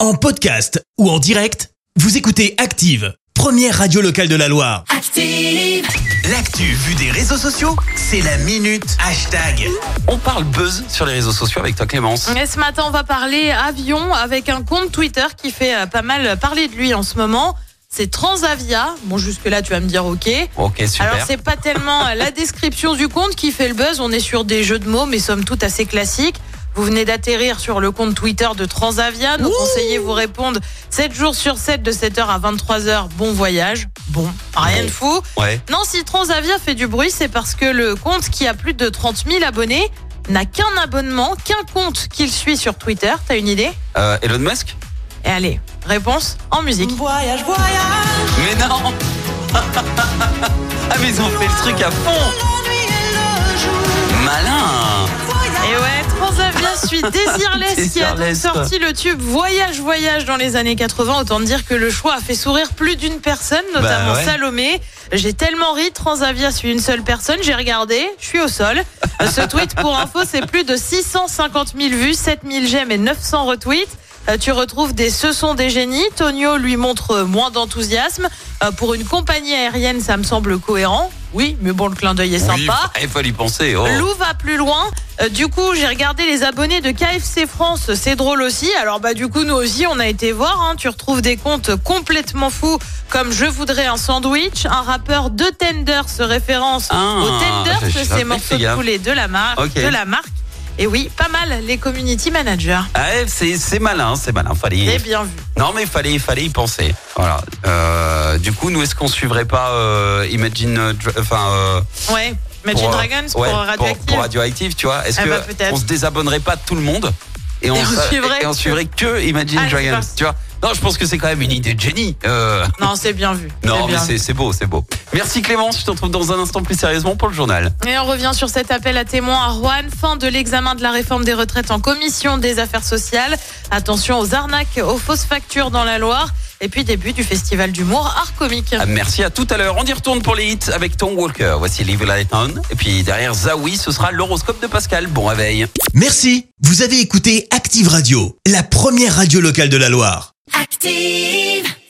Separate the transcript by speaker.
Speaker 1: En podcast ou en direct, vous écoutez Active, première radio locale de la Loire.
Speaker 2: Active,
Speaker 3: L'actu vue des réseaux sociaux, c'est la minute hashtag. On parle buzz sur les réseaux sociaux avec toi Clémence.
Speaker 4: Et ce matin, on va parler avion avec un compte Twitter qui fait euh, pas mal parler de lui en ce moment. C'est Transavia. Bon, jusque-là, tu vas me dire OK.
Speaker 3: Ok, super.
Speaker 4: Alors, c'est pas tellement euh, la description du compte qui fait le buzz. On est sur des jeux de mots, mais somme toute assez classiques. Vous venez d'atterrir sur le compte Twitter de Transavia. Nos conseillers vous répondent 7 jours sur 7 de 7h à 23h. Bon voyage. Bon, rien de fou.
Speaker 3: Ouais.
Speaker 4: Non, si Transavia fait du bruit, c'est parce que le compte qui a plus de 30 000 abonnés n'a qu'un abonnement, qu'un compte qu'il suit sur Twitter. T'as une idée
Speaker 3: Euh, Elon Musk
Speaker 4: Et allez, réponse en musique.
Speaker 2: voyage, voyage,
Speaker 3: Mais non Ah mais ils ont fait le truc à fond
Speaker 2: nuit et le jour,
Speaker 3: Malin
Speaker 4: Et ouais, Transavia suit Désirless qui a donc
Speaker 3: Désirless.
Speaker 4: sorti le tube Voyage Voyage dans les années 80. Autant dire que le choix a fait sourire plus d'une personne, notamment
Speaker 3: Bah ouais.
Speaker 4: Salomé. J'ai tellement ri, Transavia suit une seule personne. J'ai regardé, je suis au sol. Euh, Ce tweet, pour info, c'est plus de 650 000 vues, 7 000 j'aime et 900 retweets. Euh, Tu retrouves des Ce sont des génies. Tonio lui montre euh, moins d'enthousiasme. Euh, Pour une compagnie aérienne, ça me semble cohérent. Oui, mais bon, le clin d'œil est sympa.
Speaker 3: Oui, Il fallait y penser. Oh.
Speaker 4: Lou va plus loin. Euh, du coup, j'ai regardé les abonnés de KFC France. C'est drôle aussi. Alors, bah, du coup, nous aussi, on a été voir. hein. Tu retrouves des comptes complètement fous, comme Je voudrais un sandwich. Un rappeur de Tender se référence
Speaker 3: Ah,
Speaker 4: au
Speaker 3: j'ai- j'ai
Speaker 4: Tender,
Speaker 3: pas fait
Speaker 4: ces morceaux de
Speaker 3: gaffe.
Speaker 4: poulet de la marque.
Speaker 3: Ok.
Speaker 4: De la marque. Et oui, pas mal les community managers.
Speaker 3: Ah, ouais, c'est c'est malin, c'est malin.
Speaker 4: Et
Speaker 3: Fallait...
Speaker 4: Eh bien vu.
Speaker 3: Non mais fallait, fallait y penser. Voilà. Euh, du coup, nous, est-ce qu'on suivrait pas euh, Imagine... euh, Dra- Enfin... euh,
Speaker 4: Ouais, Imagine
Speaker 3: euh,
Speaker 4: Dragons
Speaker 3: ouais,
Speaker 4: pour
Speaker 3: Pour,
Speaker 4: Radioactive.
Speaker 3: Radioactive, tu vois. Est-ce
Speaker 4: Ah
Speaker 3: que
Speaker 4: bah, peut-être.
Speaker 3: on se désabonnerait pas de tout le monde et on,
Speaker 4: on
Speaker 3: sa-
Speaker 4: suivrait
Speaker 3: et on
Speaker 4: que-
Speaker 3: suivrait que Imagine
Speaker 4: Ah, je sais
Speaker 3: Dragons,
Speaker 4: pas.
Speaker 3: tu vois. Non, je pense que c'est quand même une idée de génie. Euh,
Speaker 4: Non, c'est bien vu.
Speaker 3: non, mais
Speaker 4: bien
Speaker 3: c'est- c'est beau, c'est beau. Merci Clémence, je te retrouve dans un instant plus sérieusement pour le journal.
Speaker 4: Et on revient sur cet appel à témoins à Rouen, fin de l'examen de la réforme des retraites en commission des affaires sociales. Attention aux arnaques, aux fausses factures dans la Loire. Et puis début du festival d'humour art comique.
Speaker 3: Ah, merci à tout à l'heure. On y retourne pour les hits avec Tom Walker. Voici Live Light On. Et puis derrière Zawi, ce sera l'horoscope de Pascal. Bon réveil.
Speaker 1: Merci, vous avez écouté Active Radio, la première radio locale de la Loire.
Speaker 2: active.